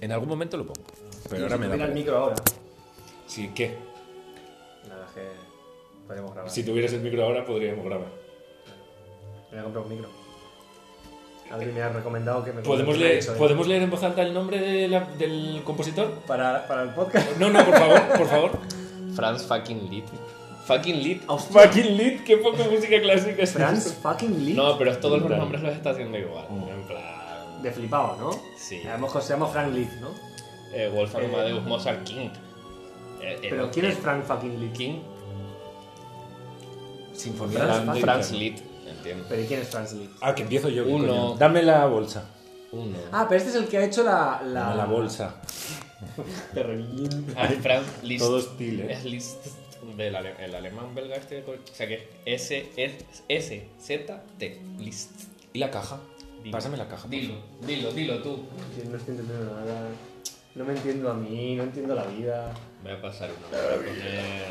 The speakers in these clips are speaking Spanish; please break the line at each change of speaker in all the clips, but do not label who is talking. En algún momento lo pongo. Pero
Tío,
ahora
si
me da.
tuviera el
pereza.
micro ahora.
Ah. Sí, ¿qué?
Nada, es que podemos grabar.
Si tuvieras el micro ahora podríamos grabar.
Me voy a comprar un micro. Alguien me ha recomendado que me compre
¿Podemos
un
leer,
micro de-
¿Podemos leer en voz alta el nombre de la- del compositor?
Para, para el podcast.
No, no, por favor, por favor.
Franz fucking Lit. Fucking Lit.
Fucking Lit, qué poca música clásica es
Franz
esto.
fucking Lee.
No, pero es todos los nombres los está haciendo igual.
Mm.
En plan.
De flipado, ¿no? Eh,
Sí.
A lo mejor se llama Frank Lee, ¿no?
eh, Wolfgang
Eh,
Amadeus Mozart King. Eh, eh,
Pero ¿quién
eh,
es Frank fucking Lee?
King?
Sinfonía
Franz-
grande y
Franz
tal.
Lit. Entiendo.
¿Pero ¿y quién es Frank Lee?
Ah, que empiezo yo. qué
Uno.
coño. Dame la bolsa.
Uno.
Ah, pero este es el que ha hecho la.
Dame
La,
la bolsa.
Te reviento.
Ah, Franz Liszt.
Todo hostil, ¿eh?
Es Liszt. Del ale- el alemán belga este. O sea que es S-Z-T. Liszt.
¿Y la caja?
Dime.
Pásame la caja. por
Dilo,
favor.
dilo, dilo tú.
Yo no estoy entendiendo nada. No me entiendo a mí, no entiendo la vida.
Voy a pasar una. voy a poner-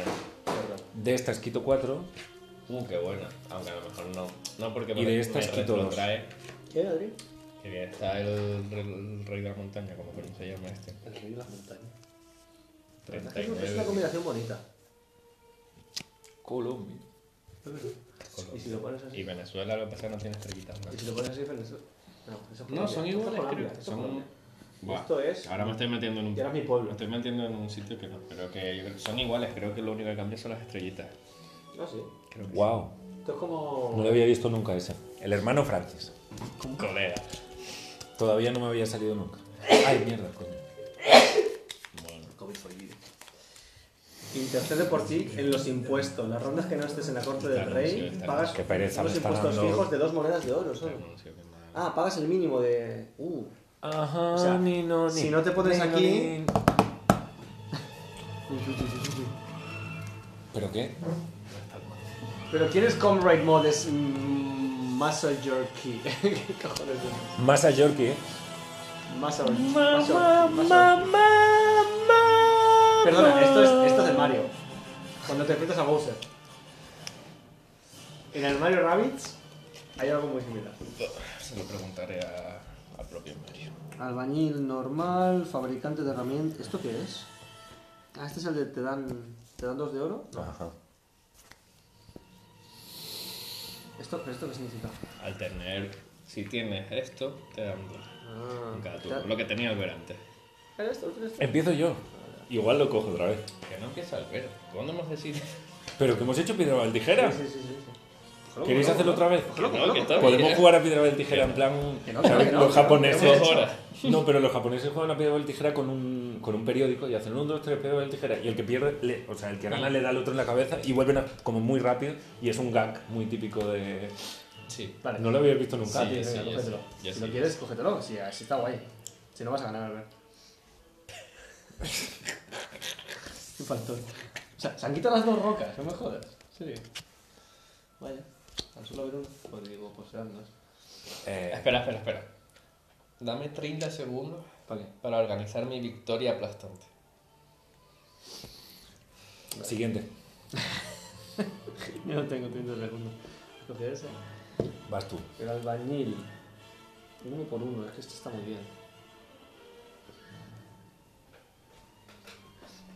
Perdón.
De estas quito cuatro.
Uh, qué buena. Aunque a lo mejor no. No, porque
Y de estas quito dos.
trae.
¿Qué, Adri?
Que bien está el, el rey de la montaña, como coño se llama este.
El rey de las montañas. La verdad es que es una- es una
39.
combinación bonita.
Colombia.
Y si lo pones así.
Y Venezuela lo que pasa es que no tiene estrellitas. ¿no?
Y si lo pones así, Venezuela. No, eso es
No,
Colombia.
son
Esto es
iguales,
Colombia,
creo.
esto es
Son...
Colombia.
Buah,
Esto es-
Ahora me estoy metiendo en un...
Y ahora es mi pueblo.
Me estoy metiendo en un sitio que no, pero que yo creo- son iguales, creo que lo único que cambia son las estrellitas.
No, sí.
Creo que
Wow.
Esto es
No
como.
lo había visto nunca esa. El hermano Francis.
sí. Colega.
Todavía no me había salido nunca. Ay, mierda, coño.
Bueno.
COVID for you. Intercede por ti en los impuestos. Las rondas que no estés en la corte del
Claro, sí,
rey,
está
pagas
bien. Qué pereza,
unos
me está
impuestos
dando-
fijos de dos monedas de oro
Pero
solo.
no sé qué más.
Ah, pagas el mínimo de. Uh,
Ajá,
O sea,
ni no, ni.
si no te pones
ni, no,
aquí-
ni. ¿Pero qué?
Pero ¿quién es Comrade Modes mm, Muscle Jerky? ¿Qué cojones es?
Más a Yorkie. ¿eh?
Muscle muscle- muscle. Perdona, esto es, esto es de Mario. Cuando te enfrentas a Bowser. En el Mario Rabbids hay algo muy similar.
Se lo preguntaré a, a propio Mario.
Albañil normal, fabricante de herramientas. ¿Esto qué es? Ah, este es el de te dan. ¿Te dan dos de oro?
Ajá.
¿Esto, pero ¿esto qué significa?
Al tener, si tienes esto, te dan dos.
Ah,
en cada turno. Lo que tenía el ver antes.
¿Esto? ¿Esto? ¿Esto?
Empiezo yo. Igual lo cojo otra vez.
Que no empieza al ver. ¿Cuándo hemos decidido?
Pero que hemos hecho piedra, papel, tijera.
Sí, sí, sí, sí, sí.
¿Queréis hacerlo otra vez?
Que no, que está
Podemos
bien.
jugar a piedra, papel, tijera en plan.
Que no, que no,
¿sabes? los
que no, que no, que no
japoneses.
hemos hecho.
No, pero los japoneses juegan a piedra, papel, tijera con un, con un periódico y hacen un, dos, tres, piedra, papel, tijera. Y el que pierde, le- o sea, el que gana le da al otro en la cabeza y vuelven a, como muy rápido. Y es un gag muy típico de.
Sí.
Vale.
No lo había visto nunca.
Ah,
Sí,
tío,
sí,
venga,
ya
cógetelo.
sí, ya
si
sí.
lo quieres, cógetelo. Si, si está guay. Si no vas a ganar, Albert. Qué faltón. O sea, se han quitado las dos rocas, no me jodas. Sí. Vaya. Al suelo haber uno. Pues digo, pues serán dos.
Eh,
Espera, espera, espera. Dame 30 segundos
¿Para qué?
para organizar mi victoria aplastante.
Siguiente.
Yo no tengo 30 segundos. Lo que es, eh.
Vas tú.
El albañil. Uno por uno, es que esto está muy bien.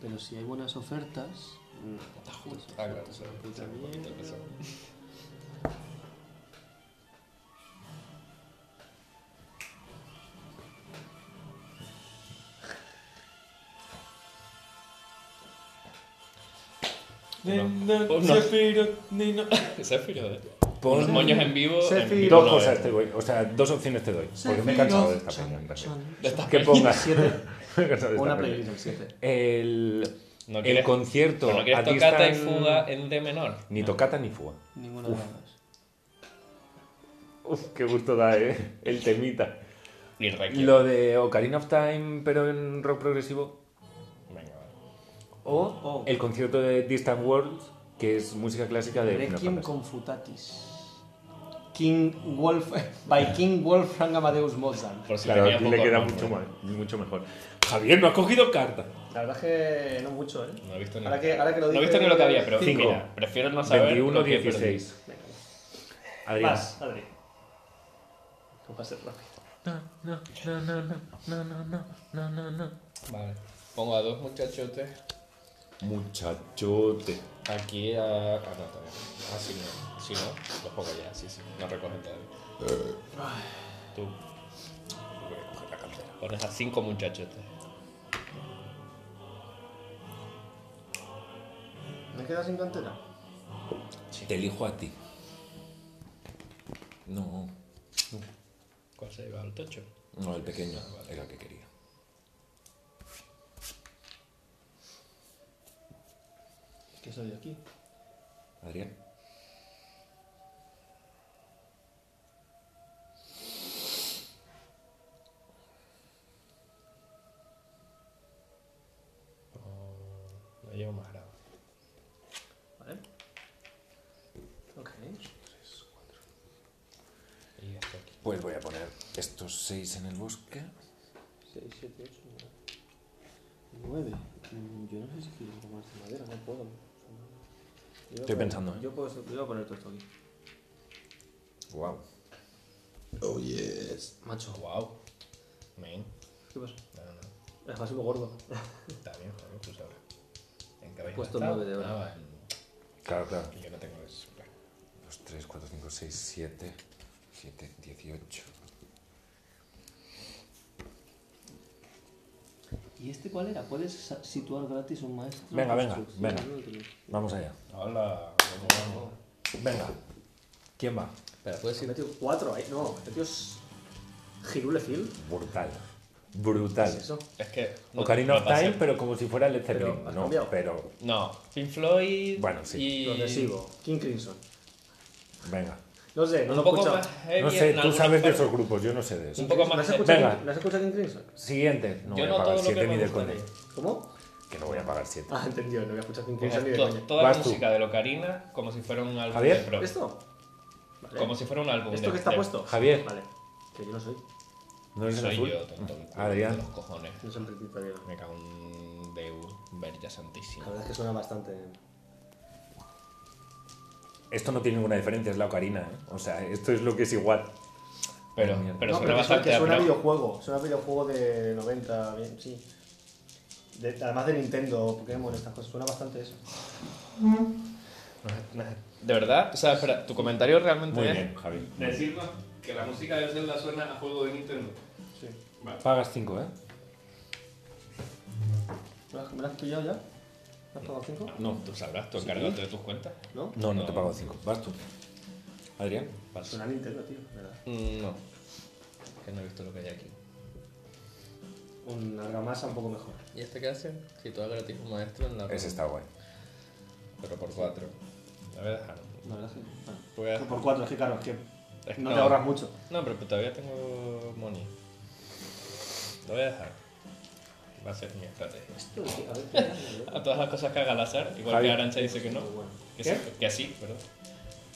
Pero si hay buenas ofertas.
Está justo. Ah, claro, se lo puse un poquito al peso. Zafiro, ¿eh?
Pon-
Unos moños en vivo. en
Zafiro.
vivo
Dos
no,
cosas
eh.
te doy, o sea, dos opciones te doy. Porque me he cansado de esta peña. en realidad.
De estas
Que pongas.
Siete.
Me he cansado de esta
Una
peña.
playlist del 7.
El,
No
el
quieres-
concierto.
Bueno, ¿quieres
aquí
tocata y
están-
fuga eh. en D menor?
Ni tocata ni fuga.
Ninguna de las dos.
Uf, qué gusto da, eh. El temita.
Y requiem.
Lo de Ocarina of Time, pero en rock progresivo.
Venga, vale.
O
Oh.
el concierto de Distant Worlds, que es música clásica de Final
Requiem
Fantasy.
Confutatis. King Wolf. By King Wolfgang Amadeus Mozart.
Por si
Claro,
tenía
aquí
poco
le queda
ritmo.
mucho, más- mucho mejor. Javier, no has cogido carta.
La verdad es que no mucho, ¿eh?
No he visto ni,
Ahora que- ahora que lo
no he
dices-
visto ni lo que había, pero
Cinco.
mira, prefiero no saber.
21,
lo que he perdido.
16. Adrián.
Más, Adri. No va a ser rápido.
no, no, no, no, no, no, no, no, no, no, no.
Vale. Pongo a dos muchachotes.
Muchachote.
Aquí a. Ah, no, todavía no. Ah, sí, no. Si no, los pongo ya, sí, sí. No recogen todavía. Tú. Voy a coger la cartera. Pones a cinco muchachotes.
¿Me quedas sin cantera?
Te elijo a ti. No,
¿Cuál se iba al techo?
no, el pequeño era el que quería.
¿Qué soy yo aquí?
Adrián.
Lo llevo más grave.
¿Vale? Ok.
Y esto aquí.
Pues voy a poner estos seis en el bosque.
6, 7, 8, 9. 9. Mm, Yo no sé si quiero tomar esta madera, no puedo. Yo voy a
Estoy
poner-
pensando, ¿eh?
Yo, puedo, yo voy a poner todo esto aquí.
Wow.
Oh, yes.
Macho,
Wow. Men.
¿qué pasa?
No, no, no.
Es más muy gordo.
Está bien, está bien, tú sabrás. ¿En qué habéis
Puesto
gastado?
nueve de oro.
Ah, vale.
Claro, claro.
Yo no tengo eso. Claro.
2, 3, 4, 5, 6, 7, 7, 18.
¿Y este cuál era? ¿Puedes sa- situar gratis un maestro?
Venga, venga,
Construcción,
venga.
¿no? Que lo-
Vamos allá.
Hola. ¿Cómo vamos?
Venga. ¿Quién va?
Espera, ¿puedes
Pues He
ir?
metido cuatro ahí. No, he metido... s- Girulefil.
Brutal.
¿Qué es
Brutal.
eso?
Es que. no-
Ocarina
no
of
pasé.
Time, pero como si fuera el Zeppelin.
Pero, ¿has
No,
cambiado?
pero.
No. Pink Floyd.
Bueno, sí.
Y...
Progresivo. King Crimson.
Venga.
No sé, no
Un
lo he
poco
escuchado.
más eh, heavy
No sé,
en
tú
algunas
sabes de
partes.
esos grupos, yo no sé de
Un
eso.
poco
¿No
más
has
heavy.
escuchado,
Venga.
King- ¿No has escuchado King Crimson?
Siguiente. No
Yo
voy a
no
pagar
todo lo que
7 ni
me
de
gustaría.
coña.
¿Cómo?
Que no voy a pagar 7.
Ah, entendido, no voy a escuchar King Crimson ni
Coges
de
to-
coña.
toda la
Vas tú.
música de Locarina como si fuera un álbum
Javier.
de pro.
¿Esto? Vale.
Como si fuera un álbum
¿Esto
de
que está
de-
puesto?
Javier.
Vale. Que yo no soy.
¿No eres el
Soy
azul? Ah,
yo, tonto. el culo
Adrián.
De los cojones.
No soy en principio yo.
Me cago en Deu. Verja
La
Santísima.
verdad es que suena bastante.
Esto no tiene ninguna diferencia, es la ocarina, ¿eh? O sea, esto es lo que es igual.
Pero,
Ay, mierda.
pero
no,
suena
pero que suena,
bastante
que
a
suena a
pro.
videojuego. Suena a videojuego de 90, bien, sí. De- además de Nintendo, Pokémon, estas cosas. Suena bastante eso.
De verdad, o sea, espera, tu comentario realmente
Muy
es
bien, Javi.
decirnos que la música de Zelda suena a juego de Nintendo.
Sí.
Pagas 5, ¿eh?
¿Me las- ¿Me las has pillado ya? ¿Me has pagado 5?
No, tú sabrás, tú encárgate de tus cuentas.
¿No?
No, no te pago 5. Vas tú. Adrián.
Vas.
Suena a Nintendo, tío, de verdad.
Mm, No, que no he visto lo que hay aquí.
Una argamasa un poco mejor.
¿Y este qué hace? Si tú gratis un maestro en la...
Ese está guay.
Pero por cuatro. La voy a dejar.
La verdad es que. bueno.
Voy a-
Por 4, es que claro, es que
Es que
no te ahorras mucho.
No, pero pues todavía tengo money. Lo voy a dejar. Va a ser mi estrategia.
Esto, a ver, qué tal,
A todas las cosas que haga al azar, igual
Javi.
que Arancha dice que no,
Pero bueno.
que, sí, que así, perdón.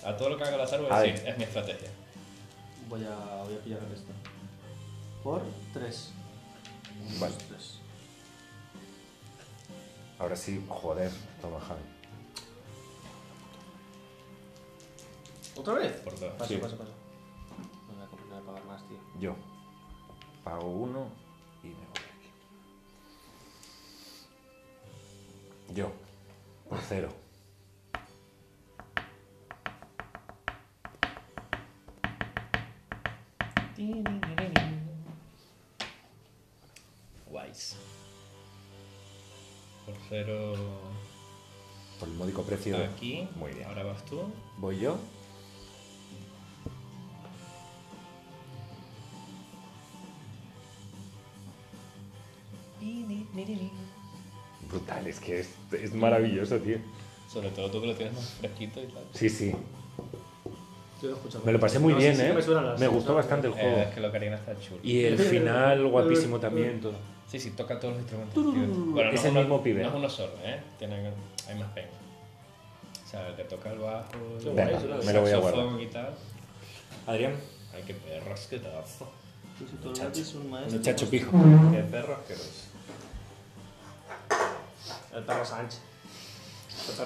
A todo lo que haga al azar voy a
Javi.
decir, es mi estrategia.
Voy a, voy a pillar esta. Por 3.
Vale. Ahora sí, joder. Toma, Javi.
¿Otra vez?
Por dos.
Paso,
Sí.
paso, paso. No me voy a comprar a pagar más, tío.
Yo. Pago uno y me voy de aquí. Yo. Por cero.
Guays. Por cero
Por el módico precio de...
aquí.
Muy bien.
Ahora vas tú.
Voy yo. Brutal, es que es, es maravilloso, tío.
Sobre todo tú que lo tienes más fresquito y tal.
Sí, sí.
Yo lo he escuchado.
Me lo pasé muy
No, sí,
bien,
sí que
¿eh?
me suenan las-
me
sí,
gustó
suenan
bastante el
Eh,
juego.
es que lo Karina está chulo.
Y el final, guapísimo también. todo.
Sí, sí, toca todos los instrumentos. tío. Bueno,
Es el
uno-
mismo pibe.
No es uno solo, ¿eh? Tiene- hay más peña. O sea, el que toca el bajo, el,
Venga,
el
me lo voy a guardar.
saxofón y tal.
Adrián.
Ay, qué perro asqueroso.
bien. Yo soy todo gratis, un maestro.
Muchacho
pues,
pijo.
Qué perro asqueroso.
El perro Sánchez.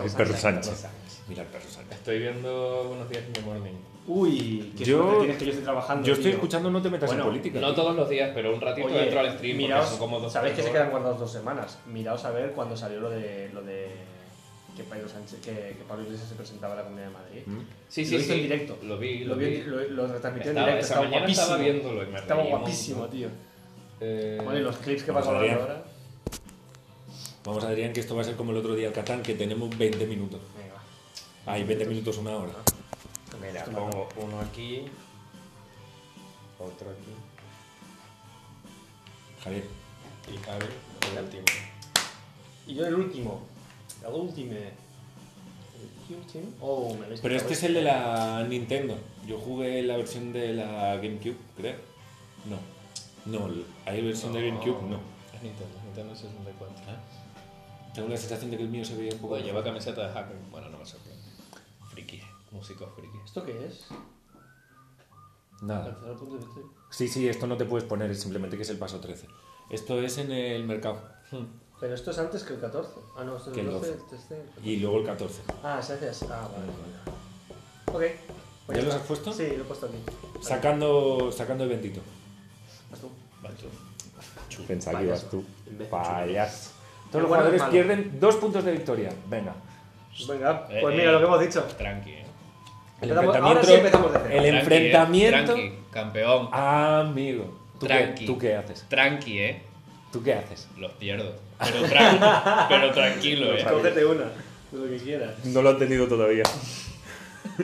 El perro Sánchez.
Sánchez.
Mirar perros al
Estoy viendo Buenos días, mi morning.
Uy, qué
Yo-
suerte tienes que yo estoy trabajando.
Yo estoy
tío.
escuchando No te metas
Bueno,
en política.
No todos los días, pero un ratito
Oye,
dentro del stream. porque
miraos,
son como dos
sabéis que
tres
se quedan
horas.
guardados dos semanas. Miraos a ver cuando salió lo de lo de que Pablo, Sánchez- que, que Pablo Iglesias se presentaba a la Comunidad de Madrid.
Mm.
Sí,
Lo
sí,
hizo
sí.
en directo.
Lo vi,
Lo,
lo,
vi-
vi.
lo- lo retransmitió en
Estaba-
directo,
esa
estaba
mañana
guapísimo.
estaba viéndolo y me
Estaba
reí un
guapísimo,
montón.
tío.
Eh,
Bueno, y los clips que
Vamos a
pasaron
ver.
ahora.
Vamos a Adrián que esto va a ser como el otro día al Catán, que tenemos 20 minutos.
Venga, va.
Hay 20 minutos, una hora.
Mira, pongo uno aquí, otro aquí
Javier.
y abre el último.
Y yo el último. El último. El último. Oh, me habéis
Pero
quitado
este es el de la Nintendo. Yo jugué la versión de la GameCube, creo. No. No, el- hay versión de GameCube, no.
Es Nintendo, Nintendo 64. ¿eh?
Tengo la sensación de que el mío se veía un poco.
Oye, lleva camiseta de hacker. Bueno, no me sorprende. Friki, músicos frikis.
¿Esto qué es?
Nada.
Cancelar el punto de vista.
Sí, sí, esto no te puedes poner, es simplemente que es el paso 13. Esto es en el mercado.
Pero esto es antes que el 14. Ah, no, esto es
Que
el
el
12.
12.
este es el-
Y luego el 14.
Ah, se hace así. Ah, vale. Ok. pues
¿Ya
está.
los has puesto?
Sí, lo he puesto aquí.
Sacando, sacando el ventito.
Vas tú.
Pues,
Macho.
Pensaba
que ibas
tú.
Imbécil.
Fallas.
Qué
Todos los
bueno,
jugadores
malo.
pierden dos puntos de victoria. Venga.
Venga,
Eh,
pues
eh.
mira lo que hemos dicho.
Tranqui, eh.
Empezamos- ahora sí empezamos de cero.
El
Tranqui,
enfrentamiento.
eh. Tranqui, campeón.
Amigo. ¿Tú qué,
Tranqui.
¿Tú qué haces?
Tranqui, eh.
¿Tú qué haces?
Los pierdo. Pero, tran- pero tranquilo, eh.
Cógete una. de Lo que quieras.
No lo han entendido todavía.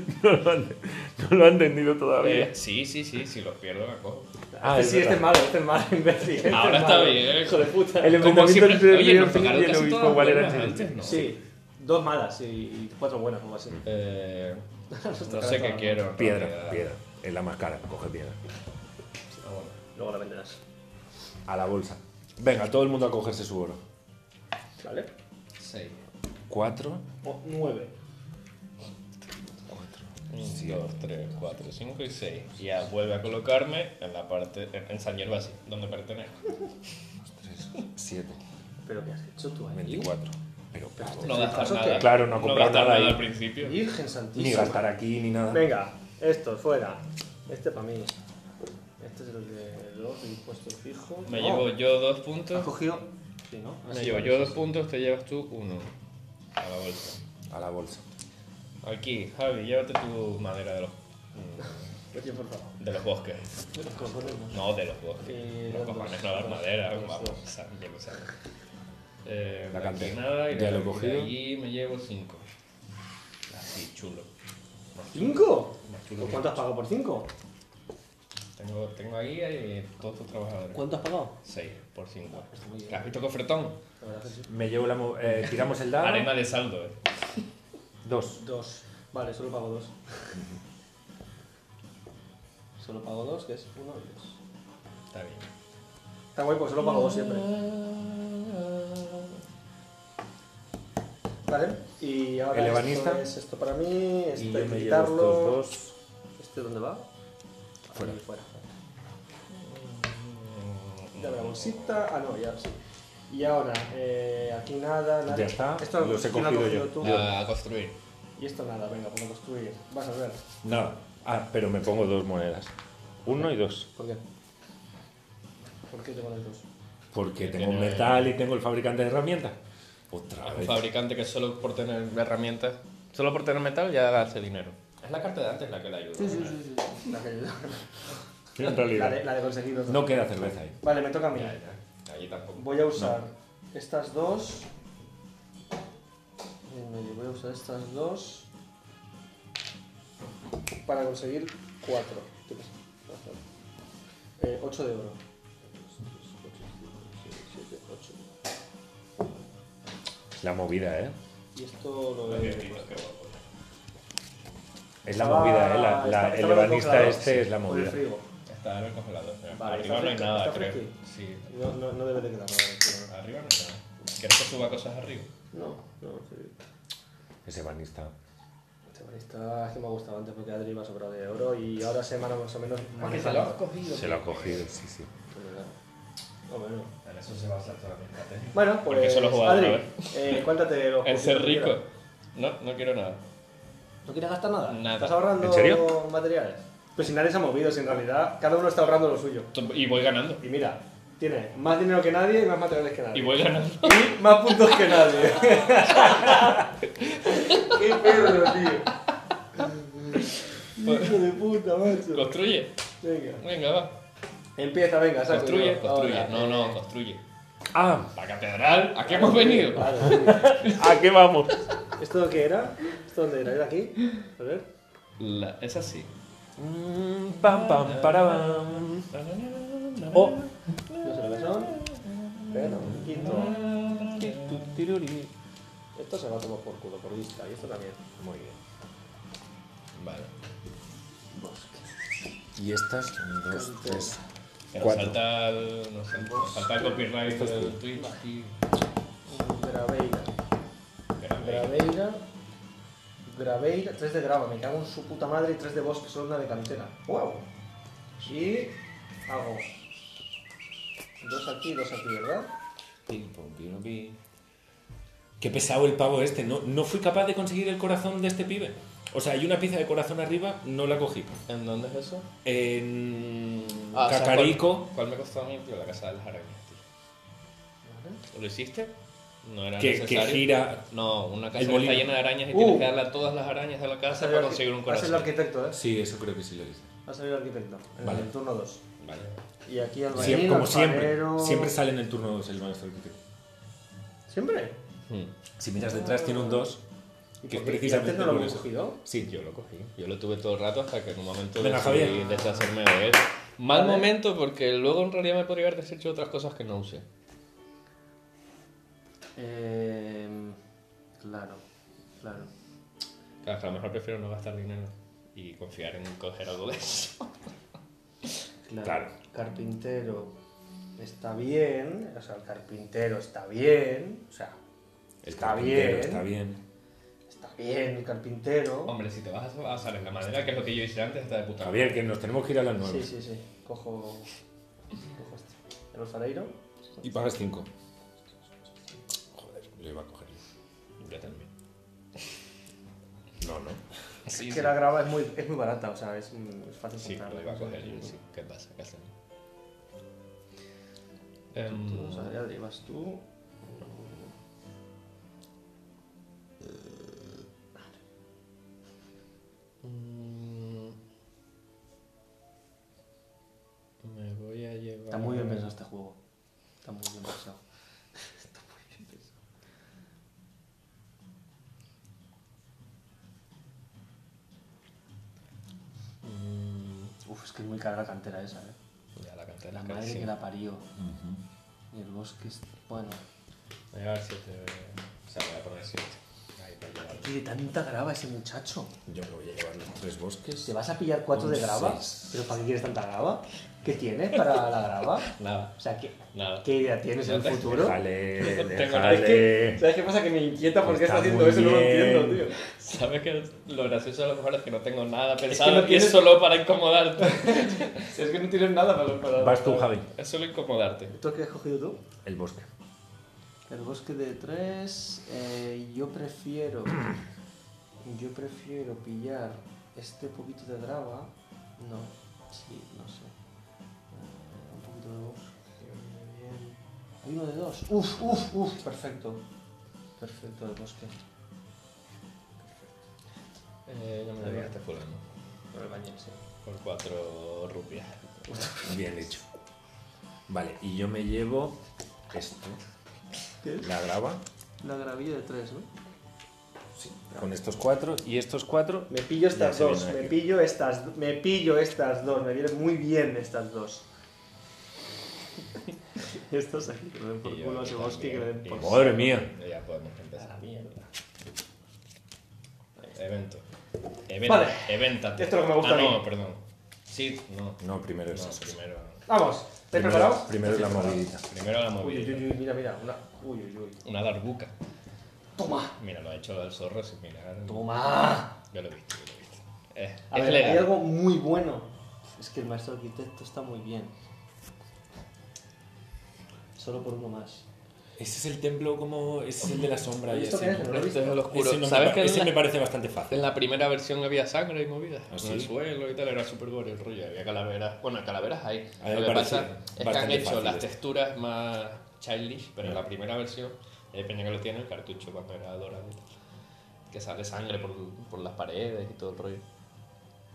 no, lo han, entendido
Eh, sí, sí, sí, si los pierdo me cojo.
Ah,
Este
es
sí, este
verdad.
es malo, este es malo, imbécil. Este
Ahora
es
está
malo.
bien. ¿eh?
Hijo de puta.
El
Como
enfrentamiento
siempre,
entre
oye, nos
River
tocaron
Plate y el
casi
obispo,
todas
¿cuál era
buenas
el
antes, ¿no?
Sí, dos malas y y cuatro buenas, algo así.
Eh, no
tocará
sé
toda
qué
la
quiero. en
Piedra,
realidad.
piedra. Es la más cara, coge piedra.
Ah, bueno, luego la venderás.
A la bolsa. Venga, todo el mundo a cogerse su oro.
¿Vale?
Seis.
Cuatro.
O nueve.
Un, dos, tres, cuatro, cinco y seis. Ya vuelve a colocarme en la parte, en, en San Gervasio, donde pertenezco.
Tres, siete,
¿Pero qué has hecho tú ahí?
veinticuatro. Pero pavo.
No gastar
¿Eso qué?
nada.
Claro, no ha comprado
gastar
nada ahí.
al principio.
Virgen
Ni
santísima.
gastar aquí ni nada.
Venga, esto, fuera. Este para mí. Este es el de los impuestos fijos.
Me
No,
llevo yo dos
¿Has
puntos.
cogido? Sí, ¿no? Ah,
Me
sí,
llevo
vale.
yo dos puntos, te llevas tú uno. A la bolsa.
A la bolsa.
Aquí, Javi, llévate tu madera de los,
Oye, por favor.
de los bosques.
Los cojones, ¿no?
No, de los bosques.
Eh,
los
dos,
cojones no dar
dos,
madera,
dos,
vamos.
dos.
sa- yo qué sé. Eh,
La
aquí
canté.
nada, y
Ya
de-
lo he cogido.
y de allí me llevo cinco. Así, chulo.
¿Cinco?
Más chulo
¿Por
que-
cuánto has pagado por cinco?
Tengo, tengo ahí eh, todos tus trabajadores.
¿Cuánto has pagado?
6 por 5.
Está muy bien.
¿Has visto cofretón?
La verdad que sí.
Me llevo la. mo- eh, tiramos el dado.
Arena de saldo, eh.
Dos.
Dos. Vale, solo pago dos. solo pago dos, que es uno y dos.
Está bien.
Está guay, porque solo pago dos siempre. Vale, y ahora
El
esto
ebanista.
es esto para mí, este
Y
hay
yo
que
me llevo
quitarlo.
estos dos.
¿Este dónde va?
Fuera.
Ahí, fuera. Ya la bolsita. Ah, no, ya sí. Y ahora, eh, aquí nada, nada.
Ya está,
Esto
los he
¿quién lo ha
cogido yo.
tú?
A construir.
Y esto nada, venga, por construir. Vas a ver.
Nada. Ah, pero me pongo dos monedas. Uno y dos.
¿Por qué? ¿Por qué te pones dos?
Porque
Que
tengo un
tiene-
metal y tengo el fabricante de herramientas. Otra
Es un
vez.
fabricante que solo por tener herramientas, solo por tener metal ya hace dinero. Es la carta de antes la que le ayuda.
La, que-
En
la
realidad.
de, la de conseguir dos.
No queda cerveza ahí.
Vale, me toca a mí.
Ya, ya. Allí tampoco.
Voy a usar estas dos. Eh, medio, Voy a usar estas dos para conseguir cuatro. ¿Qué pasa? Eh, ocho de oro.
La movida, ¿eh?
Y esto lo
Qué
veo.
bonito, qué guapo.
Es
Ah,
la movida, ¿eh? La, la- el ebanista este es la movida.
Pues
Está en el congelador. mira.
Vale,
Arriba
está
no hay
fresco,
nada,
está
creo.
fresco.
Sí.
No, no, no debe de quedar nada.
Arriba no hay nada. ¿Quieres que suba cosas arriba?
No, no, sí.
Ese banista.
Este barista es que me ha gustado antes porque Adri me ha sobrado de oro y ahora semana más o menos.
cogido.
Se lo ha cogido, sí, sí.
No, Oh, bueno.
En eso se basa toda mi estrategia.
Bueno, pues.
Porque eso lo he jugado
Adri,
una vez.
eh, cuéntate los.
El ser
puntos que
rico.
quieras.
No, no quiero nada.
¿No quieres gastar nada?
Nada.
¿Estás ahorrando
¿En serio?
materiales? Pues si nadie se ha movido, si en realidad cada uno está ahorrando lo suyo.
Y voy ganando.
Y mira, tiene más dinero que nadie y más materiales que nadie.
Y voy ganando.
Y más puntos que nadie. Qué pedo, tío.
Pues,
Hijo de puta, macho.
Construye.
Venga.
Venga, va.
Empieza, venga, saco.
Construye,
yo.
construye.
Ahora.
No, no, construye.
Ah,
La catedral. ¿A qué hemos venido?
Claro, sí.
¿a qué vamos?
¿Esto qué era? ¿Esto dónde era? ¿Era aquí? A ver.
La, es así.
Mm, pam, pam, parabam. Oh.
No sé lo que son. Pero, quinto. Esto se va a tomar por culo, por vista. Y esto también. Muy bien.
Vale.
Y estas, un, dos, tres.
Que nos
Cuatro.
falta el, nos falta, nos falta el copyright del Twitch y...
Graveira. Graveira. Graveira. 3 de grava. Me cago en su puta madre. Y 3 de bosque. Solo una de cantera. ¡Wow! Y hago. Dos aquí y dos aquí, ¿verdad?
Pim, pum, pim, pim. Qué pesado el pavo este. No, no fui capaz de conseguir el corazón de este pibe. O sea, hay una pieza de corazón arriba, no la cogí.
¿En dónde es eso?
En
Ah, ¿sabes
Cacarico,
¿Cuál, cuál me costó a mí? Tío, la casa de las arañas, tío. ¿Lo hiciste? No era
que, que
necesario.
gira.
No, una casa
El
que está
molino.
llena de arañas y
Uh.
tienes que darle a todas las arañas de la casa para conseguir un
Va a ser el
corazón.
arquitecto, ¿eh?
Sí, eso creo que sí lo hice.
Va a salir el arquitecto. En
Vale.
el turno 2.
Vale.
Y aquí al
Siem- como siempre, siempre sale en el turno 2 el maestro arquitecto.
¿Siempre?
Si miras detrás, tiene un 2.
¿Y
Que es
por qué? ¿Y
precisamente
antes no lo
por
hemos
eso.
cogido?
Sí, yo
Yo lo cogí. Yo lo tuve todo el rato hasta que en un momento
Venga,
decidí
Javier.
deshacerme de él. Mal
Vale.
momento porque luego en realidad me podría haber deshecho otras cosas que no usé.
Eh, claro, claro.
Claro, que a lo mejor prefiero no gastar dinero y confiar en coger algo de eso.
Claro.
Claro.
Carpintero está bien, o sea, el carpintero está bien, o sea,
El
Está
carpintero
bien.
Está bien.
está bien el carpintero.
Hombre, si te vas a salir la madera, que es lo que yo hice antes, está de puta madre.
Javier, que nos tenemos que ir a las 9.
sí, sí, sí, cojo, cojo este. El alfareiro,
Y pagas 5. Joder, lo iba a coger yo.
Yo también.
No, no.
Sí,
que
sí.
la grava es muy, es muy barata, o sea, es, mm, es fácil
Sí,
comprarla,
lo iba a
¿no?
coger yo, sí. ¿Qué pasa? ¿Qué hacen?
Tú,
Em,
o sea, ya llevas tú.
mm, me voy a llevar...
Está muy bien pensado este juego. Está muy bien pensado. Está muy bien pensado.
Mm,
Uf, es que es muy cara la cantera esa, eh.
ya la cantera
La
es
madre que
carísima.
la parió. Y el bosque es. Bueno.
Voy a llevar siete... O sea, voy a poner siete. Ahí para llevarlo.
Tiene tanta grava ese muchacho.
Yo me voy a llevar los tres bosques.
¿Te vas a pillar cuatro de grava? ¿Pero para qué quieres tanta grava? ¿Qué tienes para la grava?
Nada,
O sea, ¿qué,
nada.
qué idea tienes en el futuro?
Déjale,
No tengo nada.
Es que,
déjale.
¿Sabes qué pasa? Que me inquieta porque
Está
está, haciendo
muy
eso, no lo
bien.
entiendo, tío.
¿Sabes que Lo gracioso a lo mejor es que no tengo nada pensado
no
y
tienes-
es solo para incomodarte.
Es que no tienes nada para para-
Vas tú, Javi.
es solo incomodarte.
¿Tú qué has cogido tú?
El bosque.
El bosque de tres. eh, yo prefiero. yo prefiero pillar este poquito de grava. No, sí, no sé. Eh, un poquito de bosque. Bien. Hay uno de dos. Uf, uf, uf. Perfecto. Perfecto el bosque.
Eh, no me lo este fulano.
Por el bañil, sí.
Por cuatro rupias.
Bien hecho. Vale, y yo me llevo esto.
¿Qué es?
La grava.
La gravilla de tres, ¿no?
Con estos cuatro y estos cuatro.
Me pillo
Ya
estas
se
dos,
viene
me
aquí.
pillo estas, me pillo estas dos, me vienen muy bien estas dos. Estas aquí, que me den por
Y yo
culo a ese
también.
bosque, que me den
Y
por
vos.
Madre mía.
Ya podemos empezar.
la mierda.
Evento. Event,
Vale.
Eventate.
Esto es lo que me gusta a
ah,
mí.
no, perdón. Sí, no.
No, primero es este.
No,
esto.
primero.
Vamos, ¿estáis preparados?
Primero la movidita.
Primero la
Uy, uy, uy,
movida.
uy, mira, mira, una. Uy, uy, uy.
Una darbuca.
Toma,
Mira, lo ha hecho el zorro sin mirar.
toma.
Yo lo he visto, yo lo he visto. Eh,
A
es
ver, hay
legal.
algo muy bueno. Es que el maestro arquitecto está muy bien. Solo por uno más.
Ese es el templo como... Ese es el de la sombra.
¿Y
Y
esto
ese,
qué
no-
es? ¿No lo
Este
viste?
es el oscuro.
ese no
¿Sabes
me,
que
pa-
en
ese
la,
me parece bastante fácil.
en la primera versión había sangre y movidas?
¿Ah,
En el
sí?
suelo y tal, era súper gore el rollo. Había calaveras. Bueno, calaveras hay.
A mí me
Lo que
pareció
pasa es que han
bastante
hecho
fácil
las
este.
texturas más childish, pero en
Ya.
la primera versión, eh, depende que lo tiene, el cartucho cuando era dorado y tal. Que sale sangre por, por las paredes y todo el rollo.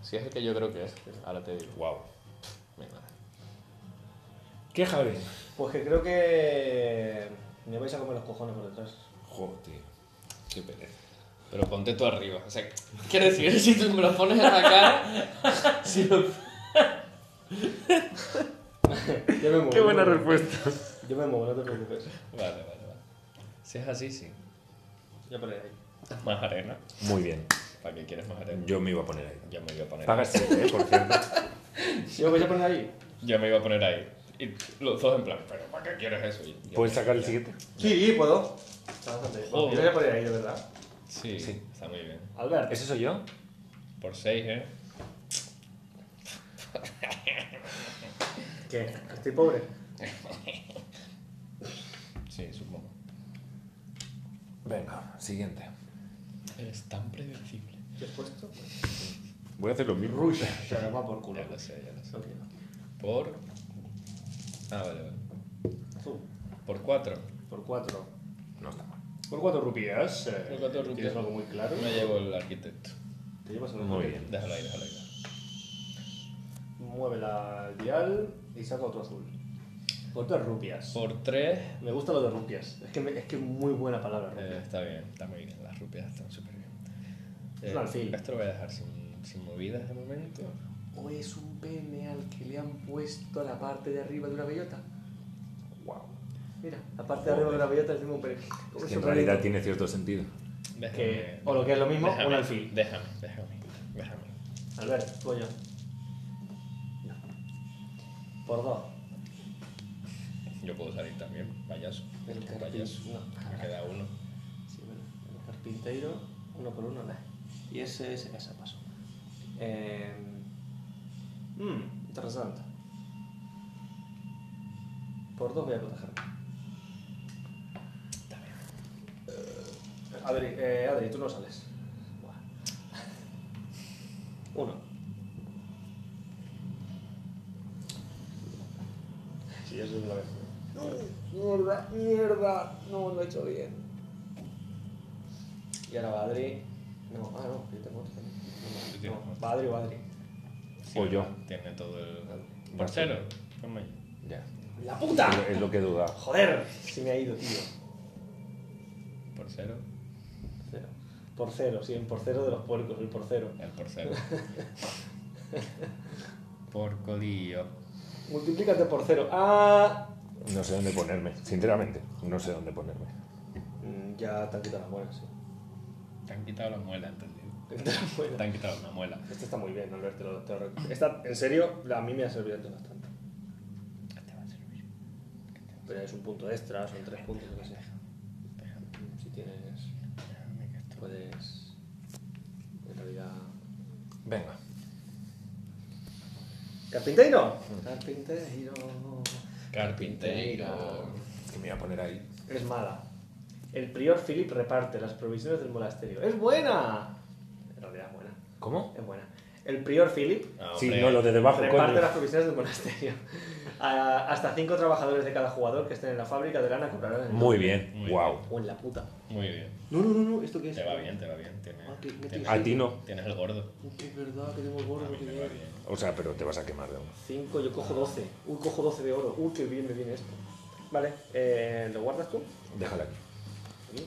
Si es el que yo creo que es, ahora te digo.
Wow.
Mira.
¿Qué, Javi?
Pues que creo que. Me vais a comer los cojones por detrás.
Joder, tío. Qué pereza.
Pero ponte tú arriba. O sea, quiero decir, si tú me lo pones en la cara. si lo-
Yo me muevo. yo me muevo.
respuesta.
Yo me muevo, no te preocupes.
Vale, vale, vale. Si es así, sí.
Ya paré ahí.
Más arena.
Muy bien.
¿Para qué quieres más arena?
Yo me iba a poner ahí.
Yo me iba a poner
Pagas siete, ¿eh? Por cierto.
¿Yo voy a poner ahí?
ahí. Yo me iba a poner ahí. Y los dos en plan, ¿pero para qué quieres eso? Y yo
¿Puedes
me-
sacar el
ya.
siguiente?
Sí, puedo. Está bastante bien.
Joder.
Yo voy a poner ahí, de verdad.
Sí,
Sí.
está muy bien.
Albert.
¿Ese soy yo?
Por seis, ¿eh?
¿Qué? Estoy pobre.
Sí, supongo.
Venga, siguiente.
Eres tan predecible.
¿Qué has puesto?
Voy a hacer lo mismo.
Rush. Se nos va por culo.
Ya lo sé, ya lo sé.
No quiero.
Por. Ah, vale, vale.
Tú,
Por cuatro.
por cuatro.
No está mal.
Por cuatro rupias. eh,
Por cuatro rupias.
¿Tienes algo muy claro?
Me llevo el arquitecto.
Te llevas algo
Muy bien.
Déjalo ahí, déjalo ahí.
Mueve la dial y saca otro azul. Por tres rupias.
Por tres.
Me gusta lo de rupias. Es que, me- es que muy buena palabra, rupias.
Eh, está bien, está muy bien. Las rupias están súper bien. Eh,
Es un alfil.
Esto lo voy a dejar sin, sin movidas de momento.
Hoy es un pene al que le han puesto la parte de arriba de una bellota.
Wow.
Mira, la parte de arriba de una bellota es mismo un pene.
Es que en realidad tiene cierto sentido.
Déjame,
Que- o lo que es lo mismo,
déjame,
un alfil.
Déjame, déjame, déjame.
Albert, tú o yo. No. Por dos.
Yo puedo salir también, payaso.
El Ah,
payaso.
carpintero.
Me queda uno.
Sí, bueno, el carpintero, uno por uno, nada. Y ese es ese paso. Eh, mm, interesante. Por dos voy a protegerme. Está bien. Adri, eh, Adri, tú no sales. Buah. Uno. Sí, eso es la vez. Mierda, mierda, no lo he hecho bien. Y ahora va Adri. No, ah, no, yo tengo otro
Tú
también.
tienes
No,
otro.
va Adri o Adri.
Sí,
O yo.
Tiene todo el. Por cero. Ponme.
Ya.
¡La puta!
Es lo- Es lo que he dudado.
¡Joder! Se me ha ido, tío.
Por cero.
Cero. Por cero, sí, en por cero de los puercos, el por cero.
El por cero. por codillo.
Multiplícate por cero. ¡Ah!
No sé dónde ponerme. Sinceramente, no sé dónde ponerme.
Mm, Ya te han quitado las buenas, sí.
Te han quitado la muela, entendido.
Te han quitado las buenas.
Te han quitado una muela.
Este está muy bien, Albert, te lo, te lo re- Esta, en serio, la- a mí me ha servido esto bastante.
Te Este va a servir.
Pero es un punto extra, son tres puntos, lo que sea.
Déjame,
Mm, Si tienes,
déjame que esto.
puedes... En realidad...
Venga.
¡Carpintero! ¡Carpintero!
Carpintero.
Es que me voy a poner ahí.
Es mala. El prior Philip reparte las provisiones del monasterio. ¡Es buena! En realidad es buena.
¿Cómo?
Es buena. El prior Philip
Ah,
Sí, no, lo de debajo,
reparte
coño.
las provisiones del monasterio. A- hasta cinco trabajadores de cada jugador que estén en la fábrica de lana comprarán el
Muy bien.
Muy
Wow.
O en la puta.
Muy bien.
No, no, no, no. ¿Esto qué es?
Te va bien, te va bien. Tienes,
Ah, que- que
tienes-
A ti no.
tienes el gordo.
Es verdad que tengo el
A
Ah,
gordo.
mí
que
me va
bien.
bien.
O sea, pero te vas a quemar de uno.
Cinco, yo cojo 12. Uy, cojo 12 de oro. Uy, qué bien me viene esto. Vale, eh, ¿lo guardas tú?
Déjala aquí.
Aquí.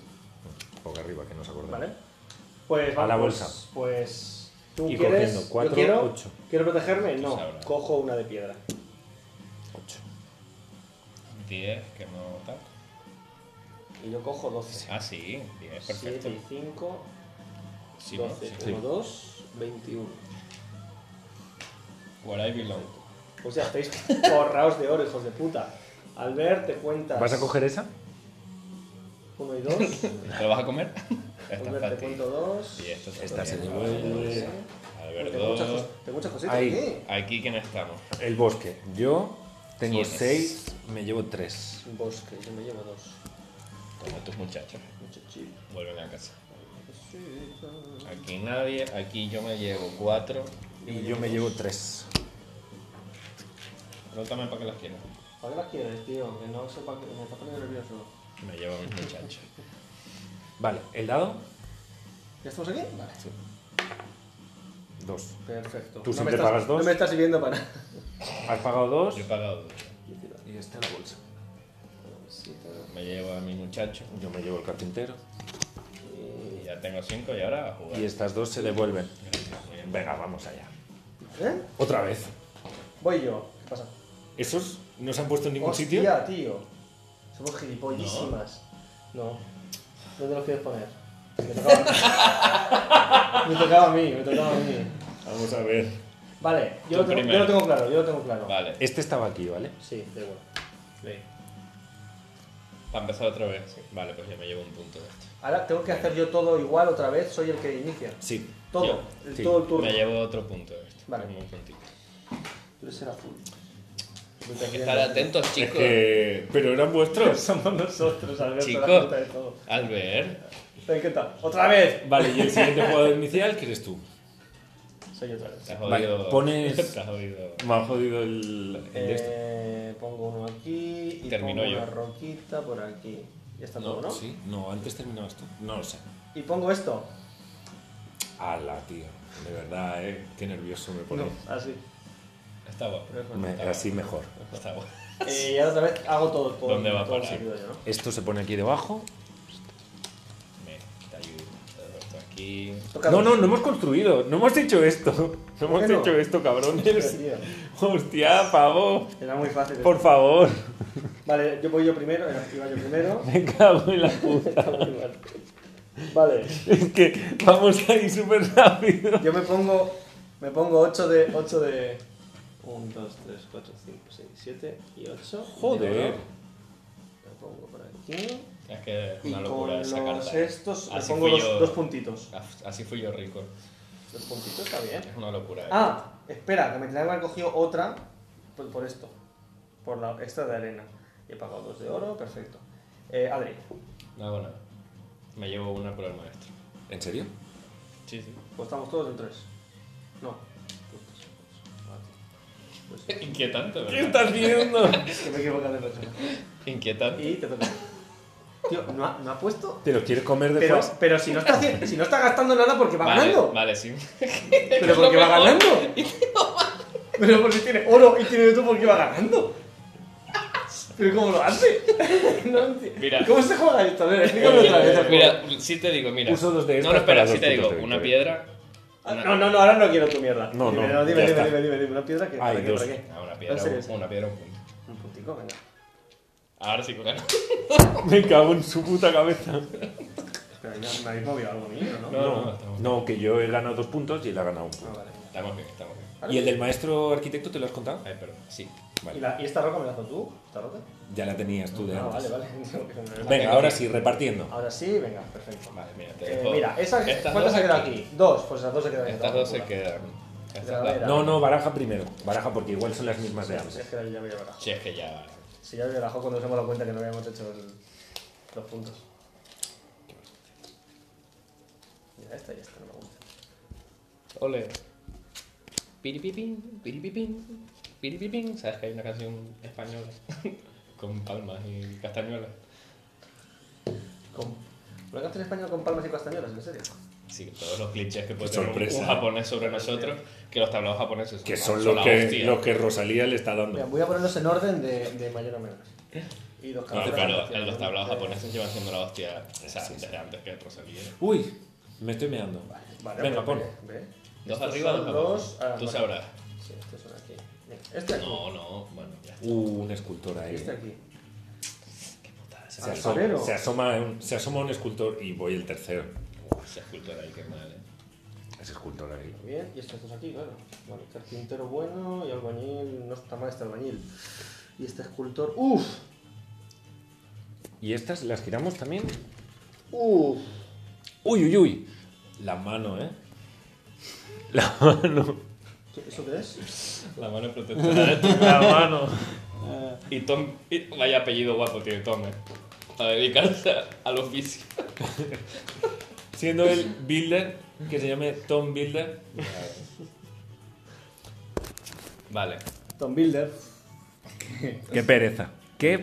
Porque arriba, que no se acuerda.
Vale. Pues vamos.
la bolsa.
Pues. ¿Tú
Y
quieres?
cogiendo,
Yo
cuatro,
quiero,
ocho.
¿Quiero protegerme?
Tú
No.
sabrás.
Cojo una de piedra.
8.
10, que no tal.
Y yo cojo 12.
Ah, sí, 10,
7
perfecto.
y 5,
Sí, ¿no?
12.
Sí.
1, 2, 21.
Where I belong.
Pues ya estáis borraos de oro, hijos de puta. Al ver, te cuentas.
¿Vas a coger esa?
1 y 2.
¿Te lo vas a comer? Esta es
Albert,
para
te
ti.
cuento 2.
Y esto
Esta se
también.
devuelve.
Albert
Tengo muchas,
dos.
cos- tengo muchas cositas
Ahí.
aquí.
Aquí, ¿quién estamos?
El bosque. Yo tengo
¿Quién es?
6, me llevo 3.
Un bosque, yo me llevo dos.
Como tus muchachos.
Muchachito,
Vuelven a casa.
muchachito.
Aquí nadie, aquí yo me llevo cuatro.
Y yo me llevo tres.
Rótame para que las quieras.
¿Para qué las quieres, tío? Que no sepa que me está poniendo nervioso.
Me llevo a mis muchachos.
Vale, el dado,
¿Ya estamos aquí? Vale.
dos.
Perfecto.
Tú
no me
siempre
estás,
pagas dos.
No me estás sirviendo para.
Has pagado dos
Yo he pagado dos.
y está en la bolsa.
Me llevo a mis muchachos.
Yo me llevo el carpintero.
Eh,
Y ya tengo cinco y ahora a jugar.
Y estas dos se devuelven.
Muy bien.
Venga, vamos allá.
¿Eh?
Otra vez.
Voy yo. ¿Qué pasa?
¿Esos no se han puesto en ningún
Hostia,
sitio?
tío. Somos gilipollísimas. No. ¿Dónde los quieres poner? Me tocaba. me tocaba a mí, me tocaba a mí.
Vamos a ver.
Vale, yo
Tú
lo, tengo, yo
primero.
lo tengo claro, yo lo tengo claro.
Vale.
Este estaba aquí, ¿vale?
Sí, de igual.
Para empezar otra vez. sí. Vale, pues ya me llevo un punto de esto.
Ahora tengo que hacer yo todo igual otra vez, soy el que inicia.
Sí.
Todo,
Yo.
el,
Sí.
todo el turno.
Me llevo otro punto de esto.
Vale.
Un puntito.
Tú eres el azul.
Hay que estar atentos,
Es
chicos.
que- Pero eran vuestros.
Somos nosotros, Alberto,
Chico.
la puta de todo.
Albert.
Te encanta. ¡Otra vez!
Vale, y el siguiente jugador inicial, que eres tú.
Soy otra vez.
Te has
Vale,
jodido.
pones-
Te has jodido.
Me ha jodido el, el de este.
Eh, pongo uno aquí y
Termino
pongo
yo.
una roquita por aquí. Ya está todo, ¿no?
Sí, no, antes terminabas tú. No lo sé.
Y pongo esto.
Ala, tío. De verdad, eh. Qué nervioso me pone.
Así.
Está guapo.
Me- así mejor.
Está guapo.
Eh, y ahora otra vez hago todo. todo
¿Dónde va a
todo
parar?
seguido yo, ¿no?
Esto se pone aquí debajo.
Me, te ayudo. Te doy esto aquí.
Toca
No,
dos.
no, no hemos construido. No hemos hecho esto. No hemos
qué no?
hecho esto, cabrones.
Tío,
Hostia, pavo.
Era muy fácil.
Por favor.
Vale, yo voy yo primero. eh, iba yo primero.
Me cago en la puta.
Está muy mal. Vale,
Es que vamos a ir súper rápido.
yo me pongo. Me pongo 8 de. 8 de. 1, 2, 3, 4, 5, 6, 7 y 8.
Joder.
Lo pongo por aquí.
Es que es
Y
una locura esa
con los
carta.
estos le
Así
pongo
fui
dos,
yo.
dos puntitos.
Af- Así fui yo rico.
Dos puntitos está bien.
Es una locura. eh.
Ah, espera, que me tendría que haber cogido otra por, por esto. Por la esta de arena. Y he pagado dos de oro, perfecto. Eh, Adri,
No hago nada. Me llevo una por el maestro.
¿En serio?
Sí, sí.
pues estamos todos en tres. No. Puntos, puntos. Pues,
Inquietante, ¿verdad?
¿Qué estás viendo?
es que me he equivocado de persona.
Inquietante.
Y te toca. Tío, no ha, no ha puesto.
¿Te lo quieres comer
Pero,
después?
pero si, no está, haci- si no está gastando nada, porque va
vale,
ganando.
Vale, sí.
Pero porque va ganando. Pero porque tiene oro y tiene de todo porque va ganando. Pero ¿cómo lo hace? No enti-
Mira. Eh,
¿Cómo se juega esto? A ver, explícame otra vez. por favor.
mira, sí te digo, mira.
Uso dos de
no,
estas
no, espera,
para
sí
dos
te digo.
puntos de
Una
victoria.
piedra.
Ah, No, no, no, ahora no quiero tu mierda.
No,
dime,
no, ya
dime, dime,
está.
dime, dime, dime, una piedra que
Hay
¿para qué,
dos.
para qué?
Ah, una
En
piedra,
serio, en
un-
serio.
una piedra, un punto.
Un puntico, venga.
Ahora sí que gano.
Me cago en su puta cabeza.
Espera, ya me habéis movido algo mío, ¿no?
No, no, no, estamos,
No, que yo he ganado dos puntos y él ha ganado un
Ah,
punto.
vale.
estamos bien, estamos bien.
Vale.
¿Y el del maestro arquitecto te lo has contado?
Ay, pero sí.
¿Y,
Vale.
la- y esta roca me la has dado tú? ¿Esta roca?
Ya la tenías tú de
Ah,
antes.
vale, vale. Tengo que comer.
Venga, ahora sí, repartiendo.
Ahora sí, venga, perfecto.
Vale, mira, te
Eh,
dejo.
mira, esas,
Estas
¿cuántas
dos
se quedan aquí? Dos, pues esas dos se quedan aquí.
Estas dos se
Locura.
quedan.
De la
Estas dos.
vera.
No, no, baraja primero. Baraja porque igual son las mismas de
Si
antes.
es que la ya me llevará.
Si es que ya. vale.
Si ya me relajó cuando nos hemos dado cuenta que no habíamos hecho el- los puntos. Mira, esta y esta no me gusta.
Ole. Piripipín, piripipín, piripipín. ¿Sabes que hay una canción española con palmas y castañuelas?
Con... ¿Una canción española con palmas y castañuelas? ¿En serio?
Sí, todos los clichés que puede
Qué
tener un-
sorpresa,
un
¿eh?
japonés sobre nosotros, que los tablados japoneses
Que
la-
son los
la
que,
hostia.
los que Rosalía le está
Mira,
dando.
voy a ponerlos en orden de, de mayor a menor. Y dos
No,
canciones.
pero
canciones,
en los tablados
eh,
japoneses llevan siendo la hostia o sea, desde antes que Rosalía.
Uy, me estoy meando.
Vale,
Venga,
pues,
pon.
ve, ve.
Dos
Estos
arriba,
son
dos abajo.
ah,
Tú
vale.
sabrás.
Sí, estos son aquí. Venga, Este aquí.
No, no, bueno, ya está.
Uh, una escultora ahí.
Este aquí.
Se
Alfarero.
asoma, se, asoma un, se asoma un escultor y voy el tercero.
Uy, Esa escultora ahí, qué mal, eh.
Es escultor ahí.
Bien, y estos dos aquí, claro. Vale, carpintero bueno y albañil. No está mal este albañil. Y este escultor. ¡Uf!
¿Y estas las giramos también?
¡Uf!
Uy, uy, uy. La mano, ¿eh? La mano.
¿Qué- ¿Eso qué es?
La mano protectora de tu
La mano.
Y Tom, y- vaya apellido guapo tiene Tom, eh. a dedicarse al oficio.
Siendo el Builder, que se llame Tom Builder.
Vale.
Tom Builder.
Qué pereza.